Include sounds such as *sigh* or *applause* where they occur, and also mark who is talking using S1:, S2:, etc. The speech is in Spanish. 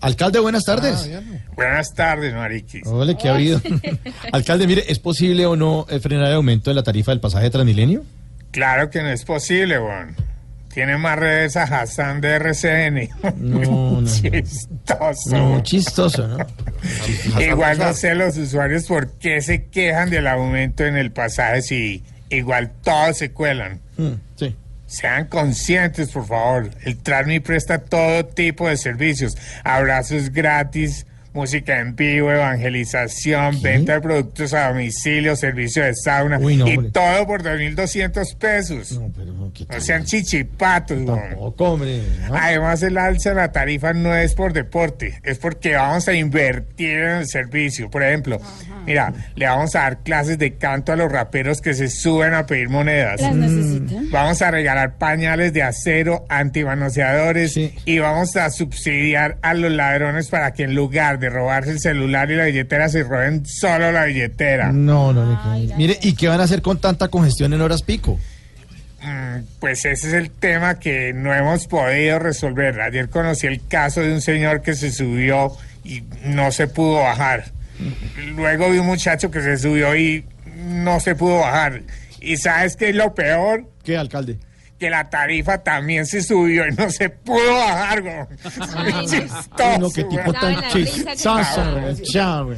S1: Alcalde, buenas tardes.
S2: Buenas tardes, Mariquis.
S1: Ole, ¿qué ha
S2: *laughs*
S1: habido? *laughs* Alcalde, mire, ¿es posible o no eh, frenar el aumento de la tarifa del pasaje Transmilenio?
S2: Claro que no es posible, weón. Tiene más redes a Hassan de *laughs* RCN.
S1: No, no, no.
S2: Chistoso.
S1: No,
S2: weón.
S1: chistoso, ¿no?
S2: Igual no sé los usuarios por qué se quejan del aumento en el pasaje si igual todos se cuelan.
S1: *laughs* Mm, Sí.
S2: Sean conscientes, por favor. El Transmi presta todo tipo de servicios. Abrazos gratis, música en vivo, evangelización,
S1: ¿Qué?
S2: venta de productos a domicilio, servicio de sauna
S1: Uy, no,
S2: y
S1: hombre.
S2: todo por 2.200 pesos.
S1: No, pero no, ¿qué
S2: No
S1: tal?
S2: sean chichipatos, weón.
S1: Tampoco, hombre. ¿no?
S2: Además, el alza de la tarifa no es por deporte, es porque vamos a invertir en el servicio. Por ejemplo, mira, le vamos a dar clases de canto a los raperos que se suben a pedir monedas.
S3: Las necesita.
S2: Vamos a regalar pañales de acero, antibanoseadores
S1: Sí.
S2: y vamos a subsidiar a los ladrones para que en lugar de robarse el celular y la billetera, se roben solo la billetera.
S1: No, no, no, no. Mire, ¿y qué van a hacer con tanta congestión en horas pico?
S2: Mm, Pues ese es el tema que no hemos podido resolver. Ayer conocí el caso de un señor que se subió y no se pudo bajar. Luego vi un muchacho que se subió y no se pudo bajar. ¿Y sabes qué es lo peor?
S1: ¿Qué, alcalde?
S2: Que la tarifa también se subió y no se pudo bajar, güey. *laughs*
S3: Ay, no.
S2: Chistoso,
S1: Ay, no, qué
S2: güey.
S1: tipo tan
S3: Saben la risa que
S1: chistoso,
S3: estaba.
S1: güey. Chao, güey.